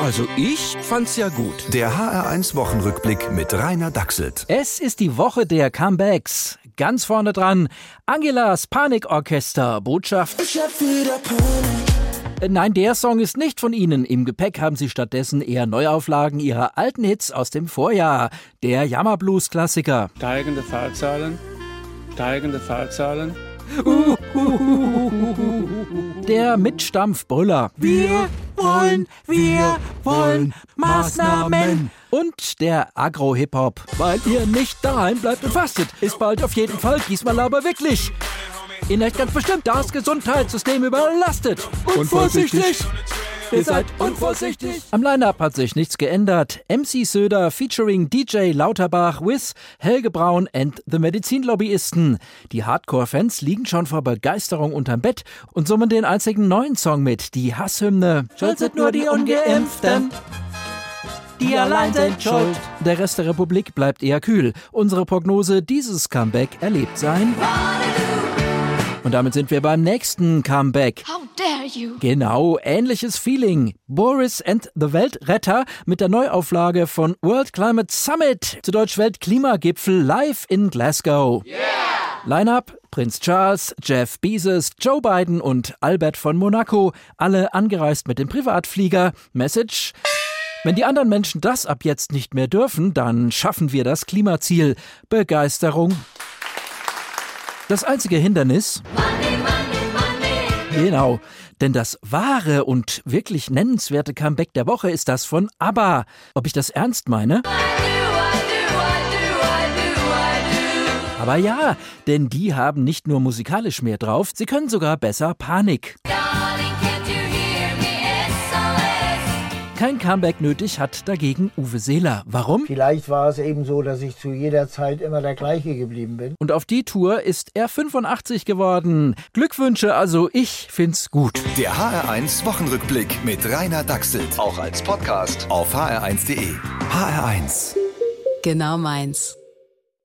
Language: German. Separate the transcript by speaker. Speaker 1: Also ich fand's ja gut.
Speaker 2: Der HR1-Wochenrückblick mit Rainer Dachselt.
Speaker 3: Es ist die Woche der Comebacks. Ganz vorne dran Angelas Panikorchester Botschaft.
Speaker 4: Ich hab wieder Panik.
Speaker 3: Äh, Nein, der Song ist nicht von Ihnen. Im Gepäck haben Sie stattdessen eher Neuauflagen Ihrer alten Hits aus dem Vorjahr. Der Jammerblues-Klassiker.
Speaker 5: steigende Fallzahlen, steigende Fallzahlen.
Speaker 3: Der Mitstampfbrüller. Wir wollen, wir wollen Maßnahmen. Und der Agro-Hip-Hop. Weil ihr nicht daheim bleibt und fastet. Ist bald auf jeden Fall, diesmal aber wirklich. Ihr seid ganz bestimmt das Gesundheitssystem überlastet. Unvorsichtig! Ihr seid unvorsichtig! Am Line-Up hat sich nichts geändert. MC Söder featuring DJ Lauterbach with Helge Braun and The Medizinlobbyisten. Die Hardcore-Fans liegen schon vor Begeisterung unterm Bett und summen den einzigen neuen Song mit, die Hasshymne. Schaltet nur die Ungeimpften! Die allein sind schuld. Der Rest der Republik bleibt eher kühl. Unsere Prognose, dieses Comeback erlebt sein. Und damit sind wir beim nächsten Comeback.
Speaker 6: How dare you?
Speaker 3: Genau, ähnliches Feeling. Boris and the Weltretter mit der Neuauflage von World Climate Summit, zu Deutsch Weltklimagipfel, live in Glasgow. Line-up: Prinz Charles, Jeff Bezos, Joe Biden und Albert von Monaco, alle angereist mit dem Privatflieger. Message: Wenn die anderen Menschen das ab jetzt nicht mehr dürfen, dann schaffen wir das Klimaziel. Begeisterung. Das einzige Hindernis Genau. Denn das wahre und wirklich nennenswerte Comeback der Woche ist das von ABBA. Ob ich das ernst meine? Aber ja, denn die haben nicht nur musikalisch mehr drauf, sie können sogar besser Panik. Kein Comeback nötig hat dagegen Uwe Seeler. Warum?
Speaker 7: Vielleicht war es eben so, dass ich zu jeder Zeit immer der gleiche geblieben bin.
Speaker 3: Und auf die Tour ist er 85 geworden. Glückwünsche, also ich find's gut.
Speaker 2: Der HR1-Wochenrückblick mit Rainer Dachselt. Auch als Podcast auf hr1.de. HR1.
Speaker 8: Genau meins.